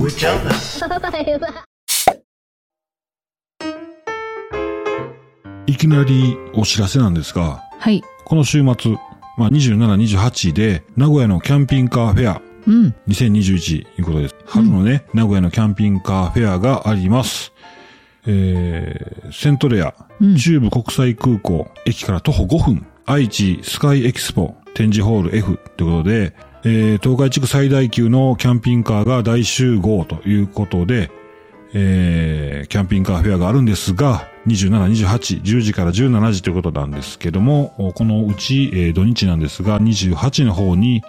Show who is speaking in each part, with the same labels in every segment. Speaker 1: 植えちゃうな。
Speaker 2: いきなりお知らせなんですが、
Speaker 3: はい。
Speaker 2: この週末、まあ、27、28で、名古屋のキャンピングカーフェア
Speaker 3: うん。
Speaker 2: 2021ということです。春のね、名古屋のキャンピングカーフェアがあります。えー、セントレア、
Speaker 3: うん
Speaker 2: 中部国際空港、駅から徒歩5分、愛知スカイエキスポ、展示ホール F ということで、えー、東海地区最大級のキャンピングカーが大集合ということで、えー、キャンピングカーフェアがあるんですが、27、28、10時から17時ということなんですけども、おこのうち、えー土日なんですが、28の方に、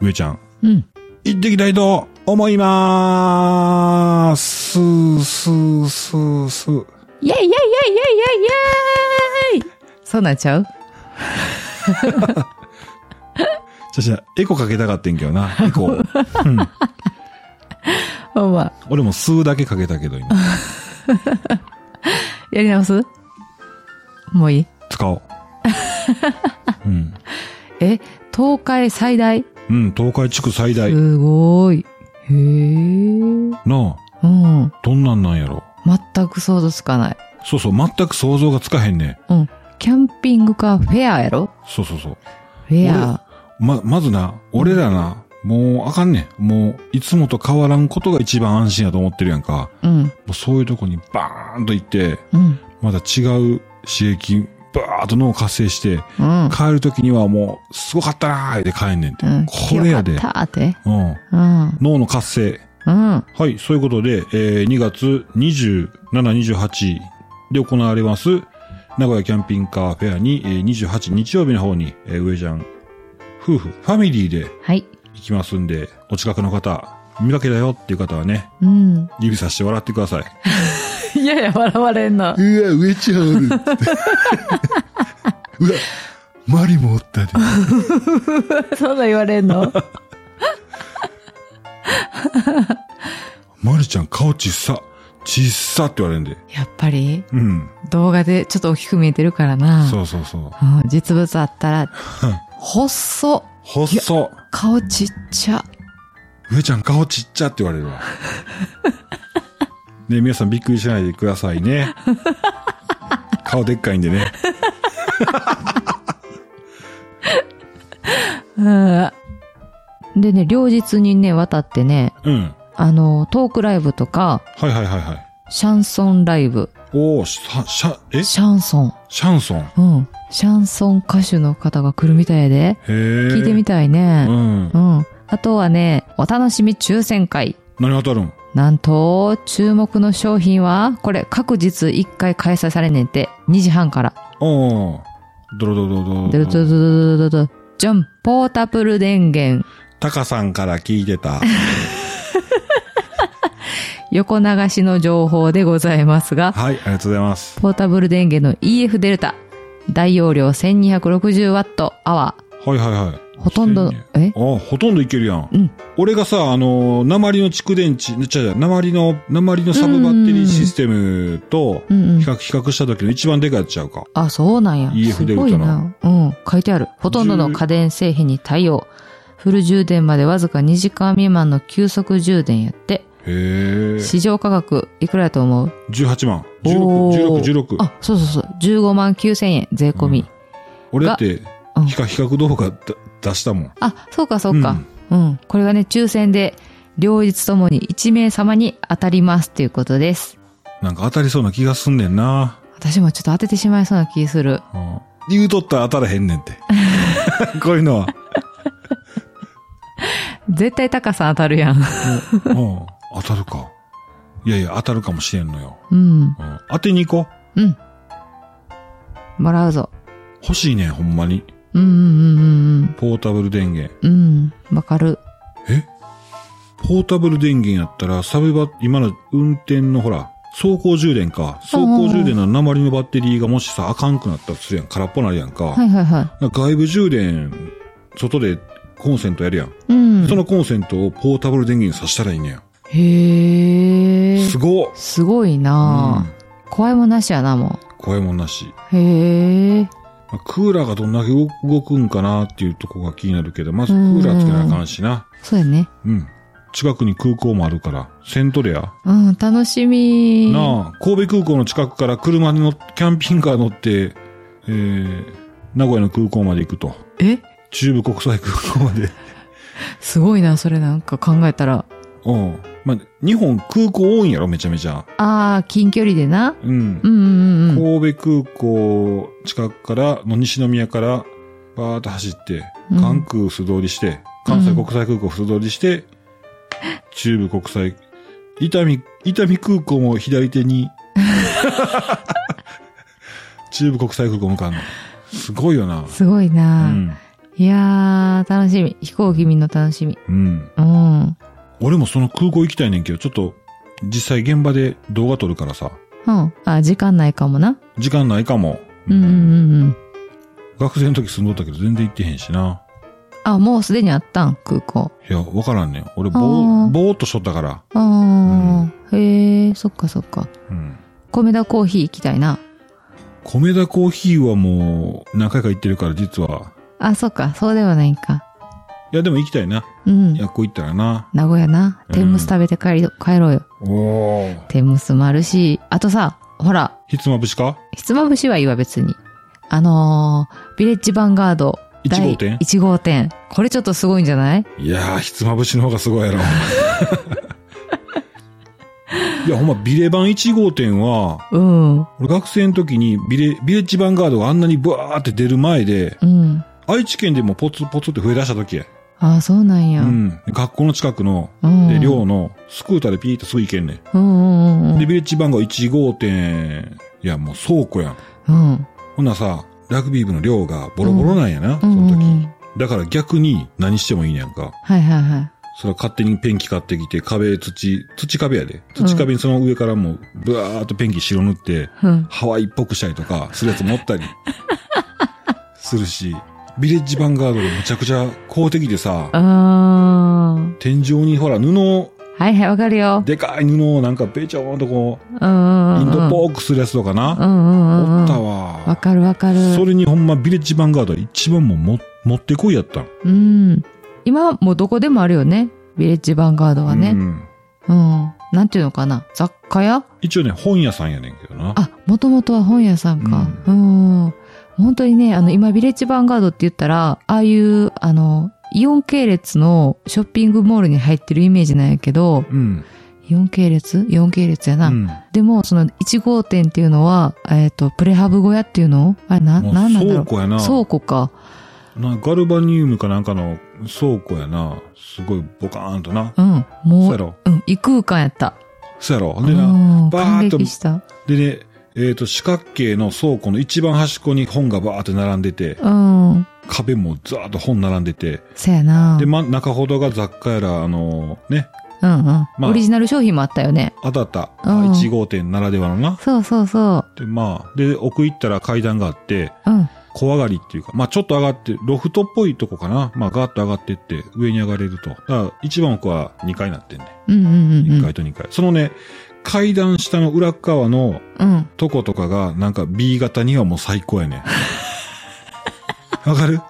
Speaker 2: 上ちゃん、
Speaker 3: うん。
Speaker 2: 行ってきたいと思いまーす。すーすーすー。
Speaker 3: イェイイェイイェイイェイイェイイェイそうなっちゃう
Speaker 2: じゃじゃエコかけたかってんけどな。エコ。うん
Speaker 3: ほんま。
Speaker 2: 俺も数だけかけたけど今。
Speaker 3: やり直すもういい
Speaker 2: 使おう。うん。
Speaker 3: え、東海最大
Speaker 2: うん、東海地区最大。な
Speaker 3: すごい。へえ。うん。
Speaker 2: あ、どんなんなんやろ。
Speaker 3: 全く想像つかない。
Speaker 2: そうそう、全く想像がつかへんね。
Speaker 3: うん。キャンピングカーフェアやろ
Speaker 2: そうそうそう。
Speaker 3: フェア。
Speaker 2: ま、まずな、俺らな、もうあかんねん。もう、いつもと変わらんことが一番安心やと思ってるやんか。
Speaker 3: うん。
Speaker 2: もうそういうとこにバーンと行って、
Speaker 3: うん。
Speaker 2: まだ違う刺激、バーッと脳を活性して、
Speaker 3: うん。
Speaker 2: 帰るときにはもう、すごかったなーって帰んねんて。
Speaker 3: うん。
Speaker 2: これやで
Speaker 3: よ。かったーって。
Speaker 2: うん。
Speaker 3: うん。
Speaker 2: 脳の活性。
Speaker 3: うん。
Speaker 2: はい、そういうことで、えー、2月27、28で行われます、名古屋キャンピングカーフェアに、えー、28日曜日の方に、えー、上ちゃん、夫婦、ファミリーで
Speaker 3: はい。
Speaker 2: 行きますんで、お近くの方、見かけだよっていう方はね、
Speaker 3: うん。
Speaker 2: 指さして笑ってください。
Speaker 3: いやいや、笑われんな。
Speaker 1: うわ、植えちゃうな。うわ、マリもおったで。
Speaker 3: そんな言われんの
Speaker 2: まるちゃん顔ちっさ、ちっさって言われんで。
Speaker 3: やっぱり、
Speaker 2: うん。
Speaker 3: 動画でちょっと大きく見えてるからな。
Speaker 2: そうそうそう。
Speaker 3: うん、実物あったら、細っ、
Speaker 2: 細っ
Speaker 3: 顔ちっちゃ。
Speaker 2: 上ちゃん顔ちっちゃって言われるわ。ね皆さんびっくりしないでくださいね。顔でっかいんでね。
Speaker 3: うん。でね、両日にね、渡ってね、
Speaker 2: うん。
Speaker 3: あの、トークライブとか、
Speaker 2: はいはいはいはい。
Speaker 3: シャンソンライブ、
Speaker 2: おー、シャ、シャ、えシ
Speaker 3: シャンソン。
Speaker 2: ャンソン。へ
Speaker 3: うん。シャンソン歌手の方が来るみたいやで。
Speaker 2: え。
Speaker 3: 聞いてみ
Speaker 2: て。
Speaker 3: たいうね。
Speaker 2: ん
Speaker 3: う。ん。あとはね、お楽しみ抽選会。
Speaker 2: 何当たるん
Speaker 3: なんと、注目の商品は、これ、各日1回開催されねんて、2時半から。
Speaker 2: おー。ドロドロドロド
Speaker 3: ドドド
Speaker 2: ロ。
Speaker 3: ドドドドジャン、ポータブル電源、
Speaker 2: タカさんから聞いてた。
Speaker 3: 横流しの情報でございますが、
Speaker 2: はい、ありがとうございます。
Speaker 3: ポータブル電源の EF デルタ、大容量 1260W アワ
Speaker 2: はいはいはい。
Speaker 3: ー、ほとんどの、え
Speaker 2: あ、ほとんどいけるやん。
Speaker 3: うん
Speaker 2: 俺がさ、あの、鉛の蓄電池、ちゃうちゃう、鉛の、鉛のサブバッテリーシステムと、
Speaker 3: うんうん
Speaker 2: 比。較、比較した時の一番でかいやつちゃうか。
Speaker 3: あ、そうなんや。
Speaker 2: EF
Speaker 3: すごいな。うん、書いてある。ほとんどの家電製品に対応。フル充電までわずか2時間未満の急速充電やって。
Speaker 2: へえ。
Speaker 3: 市場価格、いくらやと思う
Speaker 2: 18万。
Speaker 3: おー
Speaker 2: 16、16、16。
Speaker 3: あ、そうそうそう。15万9000円、税込み。
Speaker 2: 俺だって
Speaker 3: うん、
Speaker 2: 比較、比較動画だ出したもん。
Speaker 3: あ、そうかそうか。うん、これがね、抽選で、両日ともに1名様に当たりますということです。
Speaker 2: なんか当たりそうな気がすんねんな。
Speaker 3: 私もちょっと当ててしまいそうな気する。
Speaker 2: うん言うとったら当たらへんねん って。こういうのは。
Speaker 3: 絶対高さん当たるやん。
Speaker 2: うん当たるか。いやいや、当たるかもしれんのよ。
Speaker 3: うん。
Speaker 2: うん当てに行こう。
Speaker 3: うん。もらうぞ。
Speaker 2: 欲しいねん、ほんまに。
Speaker 3: うんうんうん
Speaker 2: ポータブル電源。
Speaker 3: うんうん。うん。わかる。
Speaker 2: えポータブル電源やったら、サブバ、今の運転のほら、走行充電か。走行充電の鉛のバッテリーがもしさ、あかんくなったらするやん。空っぽなるやんか。
Speaker 3: はいはいは
Speaker 2: なんか外部充電、外でコンセントやるやん。
Speaker 3: い。うん
Speaker 2: そ。のコンセントをポータブル電源に挿したらいいねや。
Speaker 3: へえ。
Speaker 2: すごっ、
Speaker 3: すごいな
Speaker 2: う
Speaker 3: ぁ怖いもんなしやな、も
Speaker 2: ん怖いもんなし。
Speaker 3: う。へえ。
Speaker 2: まあクーラーがどんだけ動動くんかなっていうとこが気になるけど、まず
Speaker 3: う
Speaker 2: ク
Speaker 3: ん
Speaker 2: ーラーつけなあかんしな。
Speaker 3: そうやね。
Speaker 2: うん。近くに空港もあるから、セントレア。
Speaker 3: うん、楽しみ。
Speaker 2: なあ、神戸空港の近くから車で乗っキャンピングカー乗って、えー、名古屋の空港まで行くと。
Speaker 3: え
Speaker 2: 中部国際空港まで。
Speaker 3: すごいな、それなんか考えたら。
Speaker 2: うん。まあ、日本空港多いんやろ、めちゃめちゃ。
Speaker 3: ああ、近距離でな。
Speaker 2: うん
Speaker 3: う。んうんうん
Speaker 2: 神戸空港近くから、の西宮から、バーッと走って、
Speaker 3: うん
Speaker 2: 関空素通りして、関西国際空港素通りして、中部国際、伊丹、伊丹空港も左手 に、中部国際空港向かうの。すごいよな。
Speaker 3: すごいうな、
Speaker 2: ん。
Speaker 3: いやー、楽しみ。飛行機見んの楽しみ。
Speaker 2: うん。
Speaker 3: うん。
Speaker 2: 俺もその空港行きたいねんけど、ちょっと、実際現場で動画撮るからさ、
Speaker 3: うん。あ、時間ないかもな。
Speaker 2: 時間ないかも。
Speaker 3: うんうんうんうん。
Speaker 2: 学生の時住んどったけど全然行ってへんしな。
Speaker 3: あ、もうすでにあったん、空港。
Speaker 2: いや、わからんねん。俺、ぼ
Speaker 3: あ
Speaker 2: ー、
Speaker 3: ー
Speaker 2: ぼーっとしとったから。
Speaker 3: あー、へえ、そっかそっか。
Speaker 2: うん。
Speaker 3: 米田コーヒー行きたいな。
Speaker 2: 米田コーヒーはもう、何回か行ってるから、実は。
Speaker 3: あ、そっか、そうではないんか。
Speaker 2: いや、でも行きたいな。
Speaker 3: うん。
Speaker 2: 薬庫行ったらな。
Speaker 3: 名古屋な。天むす食べて帰り、帰ろうよ。
Speaker 2: おー。
Speaker 3: 天むすもあるし、あとさ、ほら、
Speaker 2: ひつまぶしか
Speaker 3: ひつまぶしはいいわ別に。あのー、ビレッジヴァンガード。
Speaker 2: 1号店
Speaker 3: ?1 号店。これちょっとすごいんじゃない
Speaker 2: いやー、ひつまぶしの方がすごいやろ。 いや、ほんま、ビレバン1号店は、
Speaker 3: うん。うん。
Speaker 2: 俺学生の時にビレ、ビレッジヴァンガードがあんなにブワーって出る前で、愛知県でもポツポツって増え出した時や。
Speaker 3: ああ、そうなん
Speaker 2: う
Speaker 3: や。うん。
Speaker 2: ん。で学校の近くの、
Speaker 3: うん、
Speaker 2: で、寮の、スクーターでピーってすぐ行けんねん。
Speaker 3: うんうんうん
Speaker 2: で、ビレッジ番号1号店、いや、もう倉庫やん。
Speaker 3: うん。
Speaker 2: ほんならさ、ラグビー部の量がボロボロなんやな、
Speaker 3: う
Speaker 2: そ
Speaker 3: ん。
Speaker 2: の時、
Speaker 3: うん。
Speaker 2: だから逆に何してもいいねやんか。
Speaker 3: はいはいはい。
Speaker 2: それは勝手にペンキ買ってきて、壁、土、土壁やで。土壁にその上からもう、ブワーっとペンキ白塗って、
Speaker 3: うん。
Speaker 2: ハワイっぽくしたりとか、するやつ持 ったり、するし、ビレッジヴァンガードがむちゃくちゃ公的でさ、
Speaker 3: あー
Speaker 2: 天井にほら布、
Speaker 3: はいはい、わかるよ。
Speaker 2: でかい布をなんかべちょーんとこう、
Speaker 3: うんうんうん。
Speaker 2: インドっ
Speaker 3: ー
Speaker 2: ぽくするやつとかな。
Speaker 3: うんうんうん。
Speaker 2: おった
Speaker 3: わ。
Speaker 2: わ。
Speaker 3: わかるわかる。
Speaker 2: それにほんまビレッジヴァンガードは一番もうも持ってこいやったん。
Speaker 3: うん。今、もうどこでもあるよね。ビレッジヴァンガードは
Speaker 2: う
Speaker 3: ね。
Speaker 2: ん
Speaker 3: うん。なんていうのかな。雑貨屋
Speaker 2: 一応ね、本屋さんやねんけどな。
Speaker 3: あ、もともとは本屋さんか。うん。本当にね、あの、今、ビレッジヴァンガードって言ったら、ああいう、あの、イオン系列のショッピングモールに入ってるイメージなんやけど、
Speaker 2: うん。
Speaker 3: イオン系列イオン系列やな。
Speaker 2: うん
Speaker 3: でも、その1号店っていうのは、えっ、と、プレハブ小屋っていうのあれ、な、
Speaker 2: もう
Speaker 3: なんなんだろ
Speaker 2: 倉
Speaker 3: う。
Speaker 2: 庫やな。
Speaker 3: 倉庫か。
Speaker 2: なガルバニウムかなんかの倉庫やな。すごいボカーンとな。
Speaker 3: うん。
Speaker 2: そう
Speaker 3: も
Speaker 2: や
Speaker 3: う、
Speaker 2: ろ。
Speaker 3: うん、異空間やった。
Speaker 2: そうやろ。
Speaker 3: う
Speaker 2: でな。
Speaker 3: ん。
Speaker 2: バ
Speaker 3: 感
Speaker 2: ーッと
Speaker 3: 激した。
Speaker 2: でね、えっ、と、四角形の倉庫の一番端っこに本がバーって並んでて、
Speaker 3: うん。
Speaker 2: 壁もザーッと本並んでて、
Speaker 3: そやな。
Speaker 2: で、ま、中ほどが雑貨やら、あのね、
Speaker 3: うんうん、
Speaker 2: あ
Speaker 3: オリジナル商品もあったよね。
Speaker 2: 当たった、
Speaker 3: うん
Speaker 2: 1号店ならではのな。
Speaker 3: そうそうそ
Speaker 2: で、まあ、で、奥行ったら階段があって、
Speaker 3: う。うん。
Speaker 2: 小上がりっていうか、まあちょっと上がって、ロフトっぽいとこかな。まあガーッと上がってって、上に上がれると。だから、一番奥は2階になってんね。
Speaker 3: うんうんうんうん。
Speaker 2: 1階と2階。そのね、階段下の裏っ側の
Speaker 3: うん。
Speaker 2: とことかが、なんか B 型にはもう最高や ね。わかる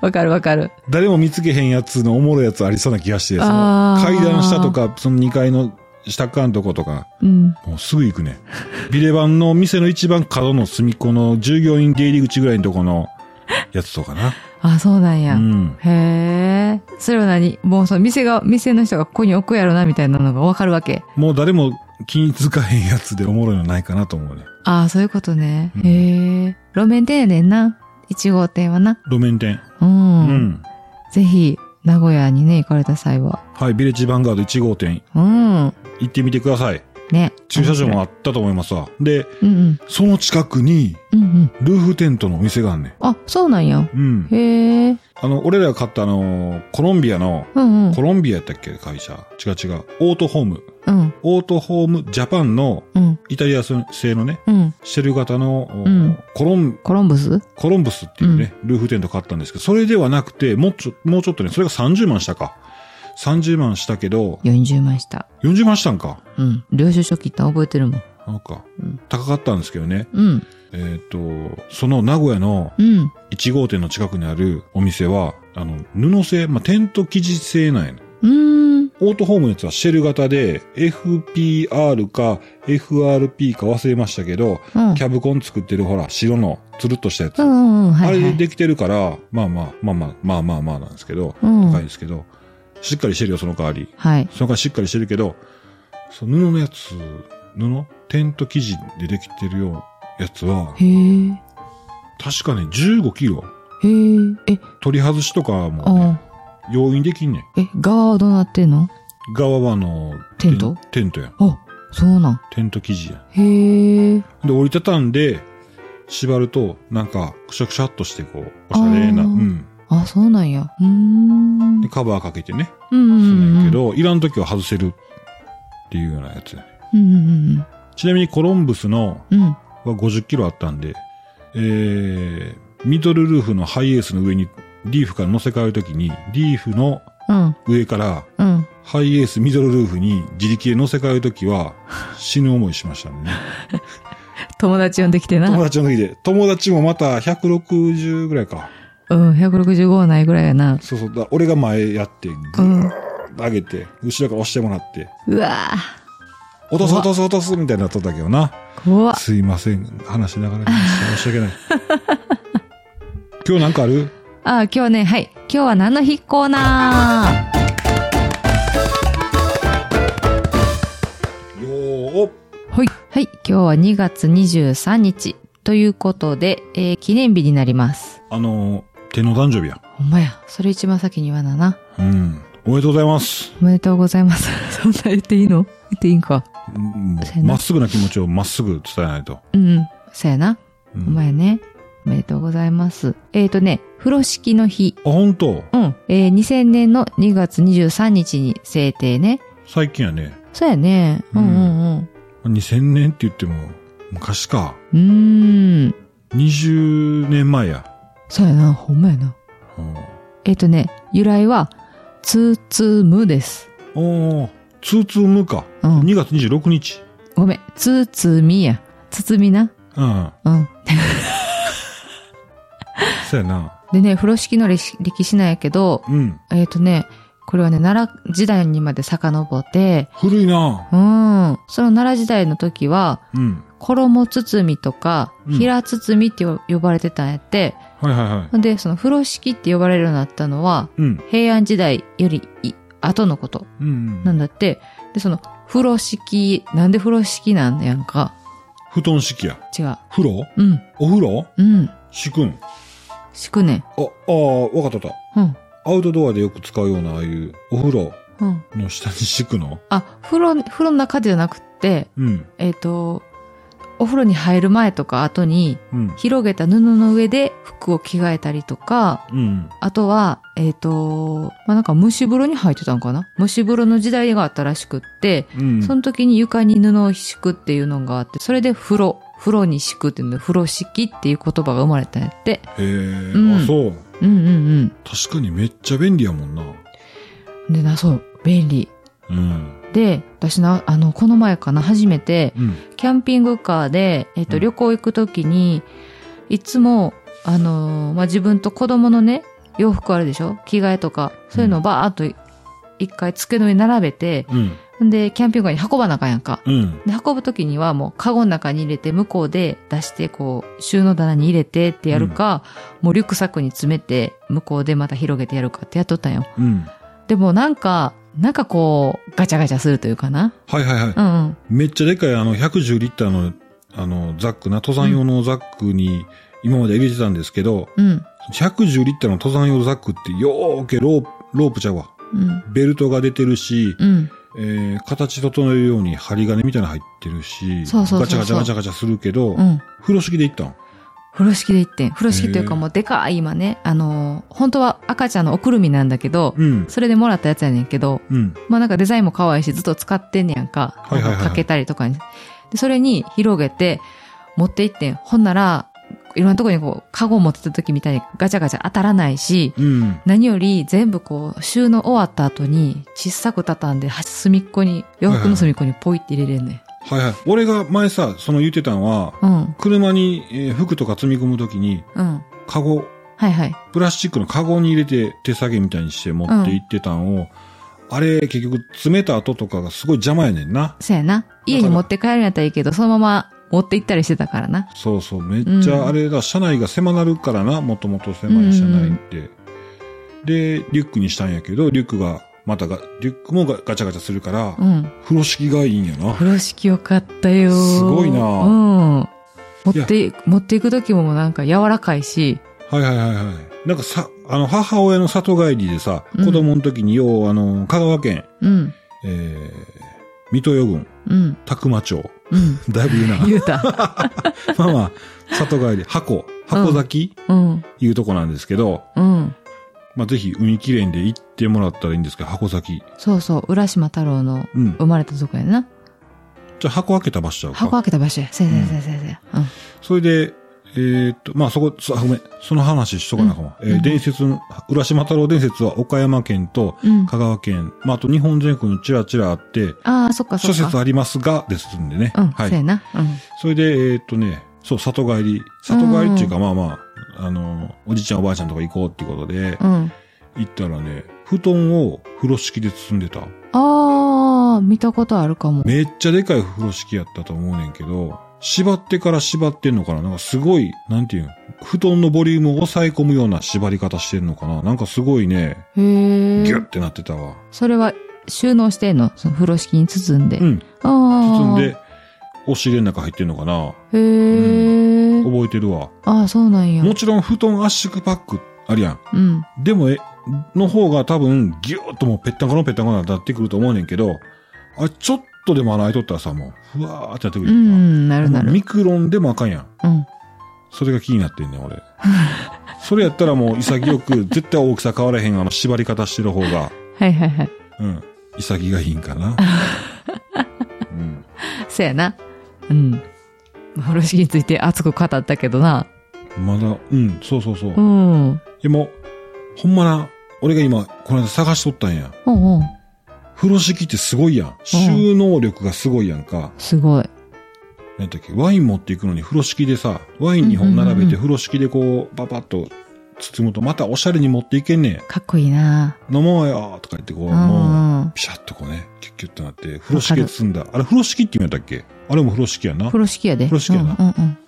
Speaker 3: わかるわかる。
Speaker 2: 誰も見つけへんやつのおもろいやつありそうな気がして、その
Speaker 3: あー
Speaker 2: 階段下とか、その2階の下っ側のとことか、
Speaker 3: うん。
Speaker 2: もうすぐ行くね。ビレバンの店の一番角の隅っこの従業員出入り口ぐらいのとこのやつとかな。
Speaker 3: あ、そうなんや。
Speaker 2: うん。
Speaker 3: へえ。それは何もうその店が、店の人がここに置くやろなみたいなのがわかるわけ。
Speaker 2: もう誰も気につかへんやつでおもろいのないかなと思うね。
Speaker 3: ああ、そういうことね。
Speaker 2: うん
Speaker 3: へえ。路面店やねんな。1号店はな。
Speaker 2: 路面店。
Speaker 3: う。
Speaker 2: うんん。
Speaker 3: ぜひ、名古屋にね、行かれた際は。
Speaker 2: はい、ビレッジヴァンガード1号店
Speaker 3: うん。
Speaker 2: 行ってみてください。
Speaker 3: ね。
Speaker 2: 駐車場もあったと思いますわ。で、
Speaker 3: うんうん。
Speaker 2: その近くに
Speaker 3: うんうん。
Speaker 2: ルーフテントのお店があんねん。
Speaker 3: あ、そうなんや。
Speaker 2: うん。
Speaker 3: へえ。
Speaker 2: あの、俺らが買ったあのー、コロンビアの、
Speaker 3: うんうん
Speaker 2: コ。ロンビアやったっけ会社。違う違う。オートホーム。
Speaker 3: うん。
Speaker 2: オートホームジャパンの
Speaker 3: うん。
Speaker 2: イタリア製のね、
Speaker 3: うん。
Speaker 2: シェル型の、お
Speaker 3: うん
Speaker 2: コロン、
Speaker 3: コロンブス
Speaker 2: コロンブスっていうね、ルーフテント買ったんですけど、それではなくて、もうちょ、もうちょっとね、それが30万したか。30万したけど、
Speaker 3: ?40 万した。
Speaker 2: 40万したんか。
Speaker 3: うん。領収書切ったん覚えてるもん。
Speaker 2: なんか
Speaker 3: うん、
Speaker 2: 高かったんですけどね。
Speaker 3: うん。
Speaker 2: えっ、と、その名古屋の
Speaker 3: うん。
Speaker 2: 1号店の近くにあるお店は、あの、布製、まあ、テント生地製なんやね
Speaker 3: うーん。
Speaker 2: オートホームのやつはシェル型で、FPR か FRP か忘れましたけど、
Speaker 3: うん。
Speaker 2: キャブコン作ってるほら、白のつるっとしたやつ。
Speaker 3: うんうんうん。は
Speaker 2: あれ
Speaker 3: い、は
Speaker 2: で
Speaker 3: い。
Speaker 2: できてるから、まあまあ、まあまあ、まあまあまあなんですけど、
Speaker 3: うん
Speaker 2: 高いですけど、しっかりしてるよ、その代わり。
Speaker 3: はい。
Speaker 2: その代わりしっかりしてるけど、その布のやつ、布テント生地でできてるようやつは、
Speaker 3: へえ。
Speaker 2: 確かね、15キロ。
Speaker 3: へえ。え、
Speaker 2: 取り外しとかも、
Speaker 3: う
Speaker 2: ね
Speaker 3: ん、。
Speaker 2: 容易にできんねん。
Speaker 3: え、側はどうなってんの
Speaker 2: 側はあの、
Speaker 3: テント
Speaker 2: テントやん。
Speaker 3: あ、そうなん。
Speaker 2: テント生地や
Speaker 3: へえ。
Speaker 2: ん。で、折りたたんで、縛ると、なんか、くしゃくしゃっとして、こう、おしゃれな、
Speaker 3: あー
Speaker 2: うん。
Speaker 3: あ、そうなんや。うーん。
Speaker 2: で、カバーかけてね、
Speaker 3: う
Speaker 2: すん
Speaker 3: ん
Speaker 2: ね
Speaker 3: うんん。
Speaker 2: け。ど、いらん時は外せるっていうようなやつやね。
Speaker 3: うんうん
Speaker 2: ちなみにコロンブスの
Speaker 3: うん。うん。
Speaker 2: は50キロあったんで、えー、ミドルルーフのハイエースの上にリーフから乗せ替えるときに、リーフの
Speaker 3: うん。
Speaker 2: 上から
Speaker 3: うん。
Speaker 2: ハイエースミドルルーフに自力で乗せ替えるときは死ぬ思いしましたね。
Speaker 3: 友達呼んできて
Speaker 2: 友
Speaker 3: な。
Speaker 2: 達の時で。友達もまた160ぐらいか。
Speaker 3: うん。165はないぐらいやな。
Speaker 2: そうそう。だ俺が前やって、ぐーっと上げて、後ろから押してもらって、
Speaker 3: うわ
Speaker 2: 落とす落とす落とすみたいになっとったけどな。
Speaker 3: ぁ。怖っ。
Speaker 2: すいません。話しながら申し訳ない。今日なんかある
Speaker 3: あ、今日はね、はい。今日は何の日コーナ
Speaker 2: よーお
Speaker 3: ーはい。はい。今日は2月23日。ということで、えー、記念日になります。
Speaker 2: あの、天皇誕生日や。
Speaker 3: ほんまや。それ一番先に言わなな。
Speaker 2: うん。おめでとうございます。
Speaker 3: おめでとうございます。 そんな言っていいの言っていいんか。
Speaker 2: うん
Speaker 3: そうやな
Speaker 2: まっすぐな気持ちをまっすぐ伝えないと。
Speaker 3: うん。そうやな。
Speaker 2: う
Speaker 3: お
Speaker 2: ん、あ、
Speaker 3: 前ね。おめでとうございます。えーとね、風呂敷の日。
Speaker 2: 本当
Speaker 3: うん。えー、2000年の2月23日に制定ね。
Speaker 2: 最近やね。
Speaker 3: そうやね。うんうんうん。
Speaker 2: 2000年って言っても、昔か。
Speaker 3: うーん。
Speaker 2: 20年前や。
Speaker 3: そうやな。ほんまやな。
Speaker 2: うん、
Speaker 3: えーとね、由来は、ツーツームです。
Speaker 2: おー、ツーツームか。
Speaker 3: うん。
Speaker 2: 2月26日。
Speaker 3: ごめん。ツーツーミや。つつみな。
Speaker 2: うん。
Speaker 3: うん。
Speaker 2: そうやな。
Speaker 3: でね、風呂敷の歴史歴史なんやけど、
Speaker 2: うん。
Speaker 3: えーとね、これはね、奈良時代にまで遡って、
Speaker 2: 古いな。
Speaker 3: うん。その奈良時代の時は、
Speaker 2: うん。
Speaker 3: 衣包みとか、
Speaker 2: うん
Speaker 3: 平包みってよ呼ばれてたんやって、
Speaker 2: はいはいはい。
Speaker 3: ほん、で、その風呂敷って呼ばれるようになったのは、
Speaker 2: うん。
Speaker 3: 平安時代よりい後のこと
Speaker 2: うんうん。
Speaker 3: なんだって、で、その風呂敷、なんで風呂敷なんやんか。
Speaker 2: 布団敷や。
Speaker 3: 違う。
Speaker 2: 風呂
Speaker 3: うん、
Speaker 2: お風呂
Speaker 3: うん、
Speaker 2: 敷くん。あ、
Speaker 3: 敷くね
Speaker 2: ああ、わかったわかっ
Speaker 3: ん。うん、
Speaker 2: た。アウトドアでよく使うような、ああいう、お風呂
Speaker 3: うん。
Speaker 2: の下に敷くの
Speaker 3: あ、風呂、風呂の中でじゃなくって、
Speaker 2: うん。
Speaker 3: えっ、と、お風呂に入る前とか後に、
Speaker 2: うん。
Speaker 3: 広げた布の上で服を着替えたりとか、
Speaker 2: うん。
Speaker 3: あとは、えっ、と、まあ、なんか蒸し風呂に入ってたんかな蒸し風呂の時代があったらしくって、
Speaker 2: うん。
Speaker 3: その時に床に布を敷くっていうのがあって、それで風呂、風呂に敷くっていうので、風呂敷っていう言葉が生まれたんやって。
Speaker 2: へえ、
Speaker 3: うん
Speaker 2: あ、そう。
Speaker 3: うんうん
Speaker 2: 確かにめっちゃ便利やもんな。
Speaker 3: うん。でな、そう、便利。
Speaker 2: うん。
Speaker 3: で、私な、あの、この前かな、初めて、
Speaker 2: うん。
Speaker 3: キャンピングカーで、えっ、
Speaker 2: う
Speaker 3: と、
Speaker 2: ん
Speaker 3: 旅行行く時に、いつも、あのーまあ、自分と子供のね、洋服あるでしょ着替えとか、そういうのをバーっと一回机の上に並べて、
Speaker 2: うん。
Speaker 3: で、キャンピングカーに運ばなあかんやんか。
Speaker 2: うん。
Speaker 3: で、運ぶときにはもう、カゴの中に入れて、向こうで出して、こう、収納棚に入れてってやるか、もうリュックサックに詰めて、向こうでまた広げてやるかってやっとったんよ。
Speaker 2: うん。
Speaker 3: でもなんか、なんかこう、ガチャガチャするというかな。
Speaker 2: はいはいはい。
Speaker 3: うんうん。
Speaker 2: めっちゃでかい、あの、110リッターの、あの、ザックな、登山用のザックに、今まで入れてたんですけど、
Speaker 3: うん。
Speaker 2: 110リッターの登山用ザックって、よーけロープ、ロープちゃうわ。
Speaker 3: うん。
Speaker 2: ベルトが出てるし、
Speaker 3: うん。
Speaker 2: えー、形整えるように針金みたいなの入ってるし、
Speaker 3: そうそうそうそう
Speaker 2: ガチャガチャガチャガチャするけど、
Speaker 3: うん。
Speaker 2: 風呂敷で行ったん
Speaker 3: 風呂敷で行ってん。風呂敷という
Speaker 2: へ
Speaker 3: か
Speaker 2: え
Speaker 3: もうでかい今ね、あのー本当は赤ちゃんのおくるみなんだけど、
Speaker 2: うん。
Speaker 3: それでもらったやつやねんけど、
Speaker 2: うん。
Speaker 3: まあなんかデザインも可愛いし、ずっと使ってんねやんか。
Speaker 2: はいはいはい
Speaker 3: かけたりとかに。で、それに広げて、持っていってん。ほんなら、いろんなとこにこう、カゴを持ってた時みたいにガチャガチャ当たらないし、
Speaker 2: うん。
Speaker 3: 何より全部こう、収納終わった後に、小さく畳んで、は隅っこに、洋服の隅っこにポイって入れれんね
Speaker 2: はいはい。俺が前さ、その言ってたんは、
Speaker 3: ん。うん。
Speaker 2: 車に、えー服とか積み込むときに、
Speaker 3: うん。
Speaker 2: カゴ、
Speaker 3: はいはい。
Speaker 2: プラスチックのカゴに入れて手提げみたいにして持って行ってたんを、あれ、結局、詰めた後とかがすごい邪魔やねんな。
Speaker 3: そうやな。家に持って帰るんやったらいいけど、そのまま持って行ったりしてたからな。
Speaker 2: そうそう、めっちゃあれだ、車内が狭なるからな、もともと狭い車内って。で、リュックにしたんやけど、リュックが、またが、リュックもがガチャガチャするから、
Speaker 3: うん。
Speaker 2: 風呂敷がいいんやな。
Speaker 3: 風呂敷よかったよ。
Speaker 2: すごいな
Speaker 3: うん。持って、持っていく時もなんか柔らかいし。
Speaker 2: はいはいはいはい。なんかさ、あの、母親の里帰りでさ、
Speaker 3: うん
Speaker 2: 子供の時によう、あの、香川県、
Speaker 3: うん。
Speaker 2: えー、水戸予郡、
Speaker 3: うん。
Speaker 2: 宅間町、
Speaker 3: うん。
Speaker 2: だいぶ言うな
Speaker 3: 。言うた。
Speaker 2: まあまあ、里帰り、箱、箱崎、
Speaker 3: うん。
Speaker 2: いうとこなんですけど、
Speaker 3: うん。
Speaker 2: まあぜひ海きれいんで行ってもらったらいいんですけど、箱崎。
Speaker 3: そうそう。浦島太郎の
Speaker 2: うん。
Speaker 3: 生まれたとこやな。
Speaker 2: じゃあ箱開けた場所ちゃうか。
Speaker 3: 箱開けた場所や。せやせやせやせやせや。うん。
Speaker 2: それで、えーっと、まあ、そこ、そあごめん、その話しとかなあかも。
Speaker 3: うん
Speaker 2: えー
Speaker 3: うん
Speaker 2: 伝説の、浦島太郎伝説は岡山県と
Speaker 3: うん。
Speaker 2: 香川県、まあ、あと日本全国にちらちらあって、
Speaker 3: ああ、そっかそ
Speaker 2: 諸
Speaker 3: っか。
Speaker 2: 説ありますが、ですんでね。
Speaker 3: うん。
Speaker 2: は
Speaker 3: そうや
Speaker 2: い。
Speaker 3: な。うん。
Speaker 2: それで、えーっとね、そう、里帰り。里帰りっていうか、まあまあ、あの、おじいちゃんおばあちゃんとか行こうっていうことで、
Speaker 3: うん。
Speaker 2: 行ったらね、布団を風呂敷で包んでた。
Speaker 3: ああ、見たことあるかも。
Speaker 2: めっちゃでかい風呂敷やったと思うねんけど、縛ってから縛ってんのかななんかすごい、なんていうの布団のボリュームを抑え込むような縛り方してんのかななんかすごいね、
Speaker 3: へ
Speaker 2: ギュ
Speaker 3: え
Speaker 2: ッ。てなってたわ。
Speaker 3: それは収納してんのその風呂敷に包んで。
Speaker 2: うん。
Speaker 3: ああ。
Speaker 2: 包んで、お尻の中入ってんのかな
Speaker 3: へえ、
Speaker 2: 覚えてるわ。
Speaker 3: ああ、そうなんや。
Speaker 2: もちろん布団圧縮パックあるやん。
Speaker 3: うん。
Speaker 2: でも、え、の方が多分、ギューッともうぺったんこのぺったんこになってくると思うねんけど、あ、ちょっとでも穴開いとったらさ、もう、ふわーってなってく
Speaker 3: う
Speaker 2: るやんか。
Speaker 3: ん、なるなる
Speaker 2: ミ。クロンでもあかんやん。
Speaker 3: うん。
Speaker 2: それが気になってんねん、 俺。それやったらもう潔く、絶対大きさ変わらへん、あの、縛り方してる方が、
Speaker 3: はいはいはい。
Speaker 2: うん、潔がいいんかな。うん。
Speaker 3: そやな。うん。風呂敷について熱く語ったけどな。
Speaker 2: まだ、うん、そうそうそう。
Speaker 3: うん。うん
Speaker 2: でも、ほんまな、俺が今、この間探しとったんや。
Speaker 3: うん。
Speaker 2: 風呂敷ってすごいやん。収納力がすごいやんか。
Speaker 3: すごい。
Speaker 2: なんだっけ、ワイン持っていくのに風呂敷でさ、ワイン2本並べて風呂敷でこう、パパッと包むと、またおしゃれに持っていけんねん。
Speaker 3: かっこいいな。
Speaker 2: 飲もうよとか言ってこう、
Speaker 3: う
Speaker 2: もう、
Speaker 3: ん。
Speaker 2: ピシャッとこうね、キュッキュッとなって、風呂敷で包んだ。あれ風呂敷って言うんやったっけあれも風呂敷やな
Speaker 3: 風。呂敷やで。
Speaker 2: 風呂敷やな
Speaker 3: うんうん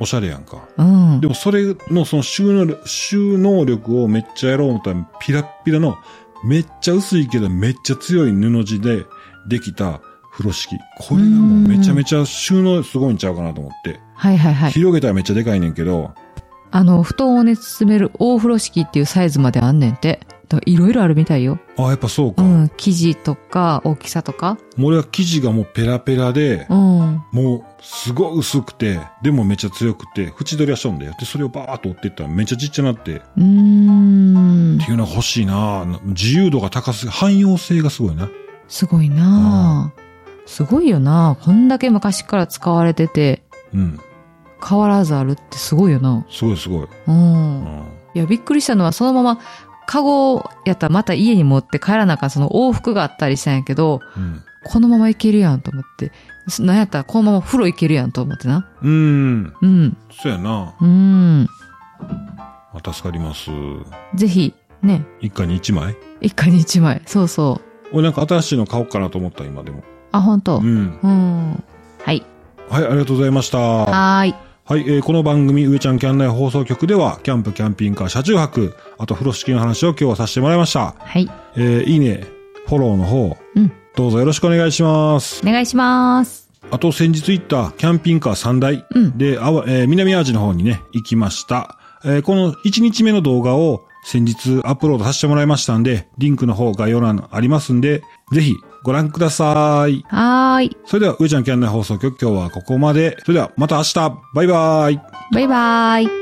Speaker 2: おしゃれやんか。
Speaker 3: うん。うん
Speaker 2: で。もそれのその収納力、収納力をめっちゃやろう思ったら、ピラッピラの、めっちゃ薄いけどめっちゃ強い布地でできた風呂敷。これがもうめちゃめちゃ収納すごいんちゃうかなと思って。
Speaker 3: はいはいはい。
Speaker 2: 広げたらめっちゃでかいねんけど、
Speaker 3: あの、布団をね、包める大風呂敷っていうサイズまであんねんて。だからいろいろあるみたいよ。
Speaker 2: あ、やっぱそう
Speaker 3: う
Speaker 2: か。
Speaker 3: ん。生地とか、大きさとか。
Speaker 2: もう俺は生地がもうペラペラで、
Speaker 3: うん。
Speaker 2: もう、すごい薄くて、でもめっちゃ強くて、縁取りはしとんだよ。で、それをバーっと折っていったらめっちゃちっちゃなって、
Speaker 3: うーん
Speaker 2: って。いうのが欲しいな自由度が高すぎ、汎用性がすごいな。
Speaker 3: すごいなあすごいよなこんだけ昔から使われてて、
Speaker 2: うん。
Speaker 3: 変わらずあるってすごいよな
Speaker 2: すごいすごい。
Speaker 3: う。
Speaker 2: うんん。
Speaker 3: いや、びっくりしたのは、そのまま、カゴやったらまた家に持って帰らなあかん、その往復があったりしたんやけど、
Speaker 2: うん。
Speaker 3: このままいけるやんと思って。すなんやったら、このまま風呂いけるやんと思ってな。
Speaker 2: うん。
Speaker 3: うん。
Speaker 2: そうやな
Speaker 3: うん。
Speaker 2: あ助かります。
Speaker 3: ぜひ、ね、
Speaker 2: 一家に一枚
Speaker 3: 一家に一枚。そうそう。
Speaker 2: 俺なんか新しいの買おうかなと思った、今でも。
Speaker 3: あ、本当
Speaker 2: う。ん。
Speaker 3: うん。はい。
Speaker 2: はい、ありがとうございました。
Speaker 3: はーい。
Speaker 2: はい、えーこの番組、上ちゃんキャン内放送局では、キャンプ、キャンピングカー、車中泊、あと風呂敷の話を今日はさせてもらいました。
Speaker 3: はい。
Speaker 2: えーいいね、フォローの方、
Speaker 3: うん
Speaker 2: どうぞよろしくお願いします。
Speaker 3: お願いします。
Speaker 2: あと先日行ったキャンピングカー3台
Speaker 3: うん
Speaker 2: で、あわえー南アジの方にね、行きました。えーこの1日目の動画を先日アップロードさせてもらいましたんで、リンクの方概要欄ありますんで、ぜひご覧ください。
Speaker 3: はーい。
Speaker 2: それでは、うーちゃんキャンナイ放送局今日はここまで。それではまた明日バイバイ
Speaker 3: バイバーイ。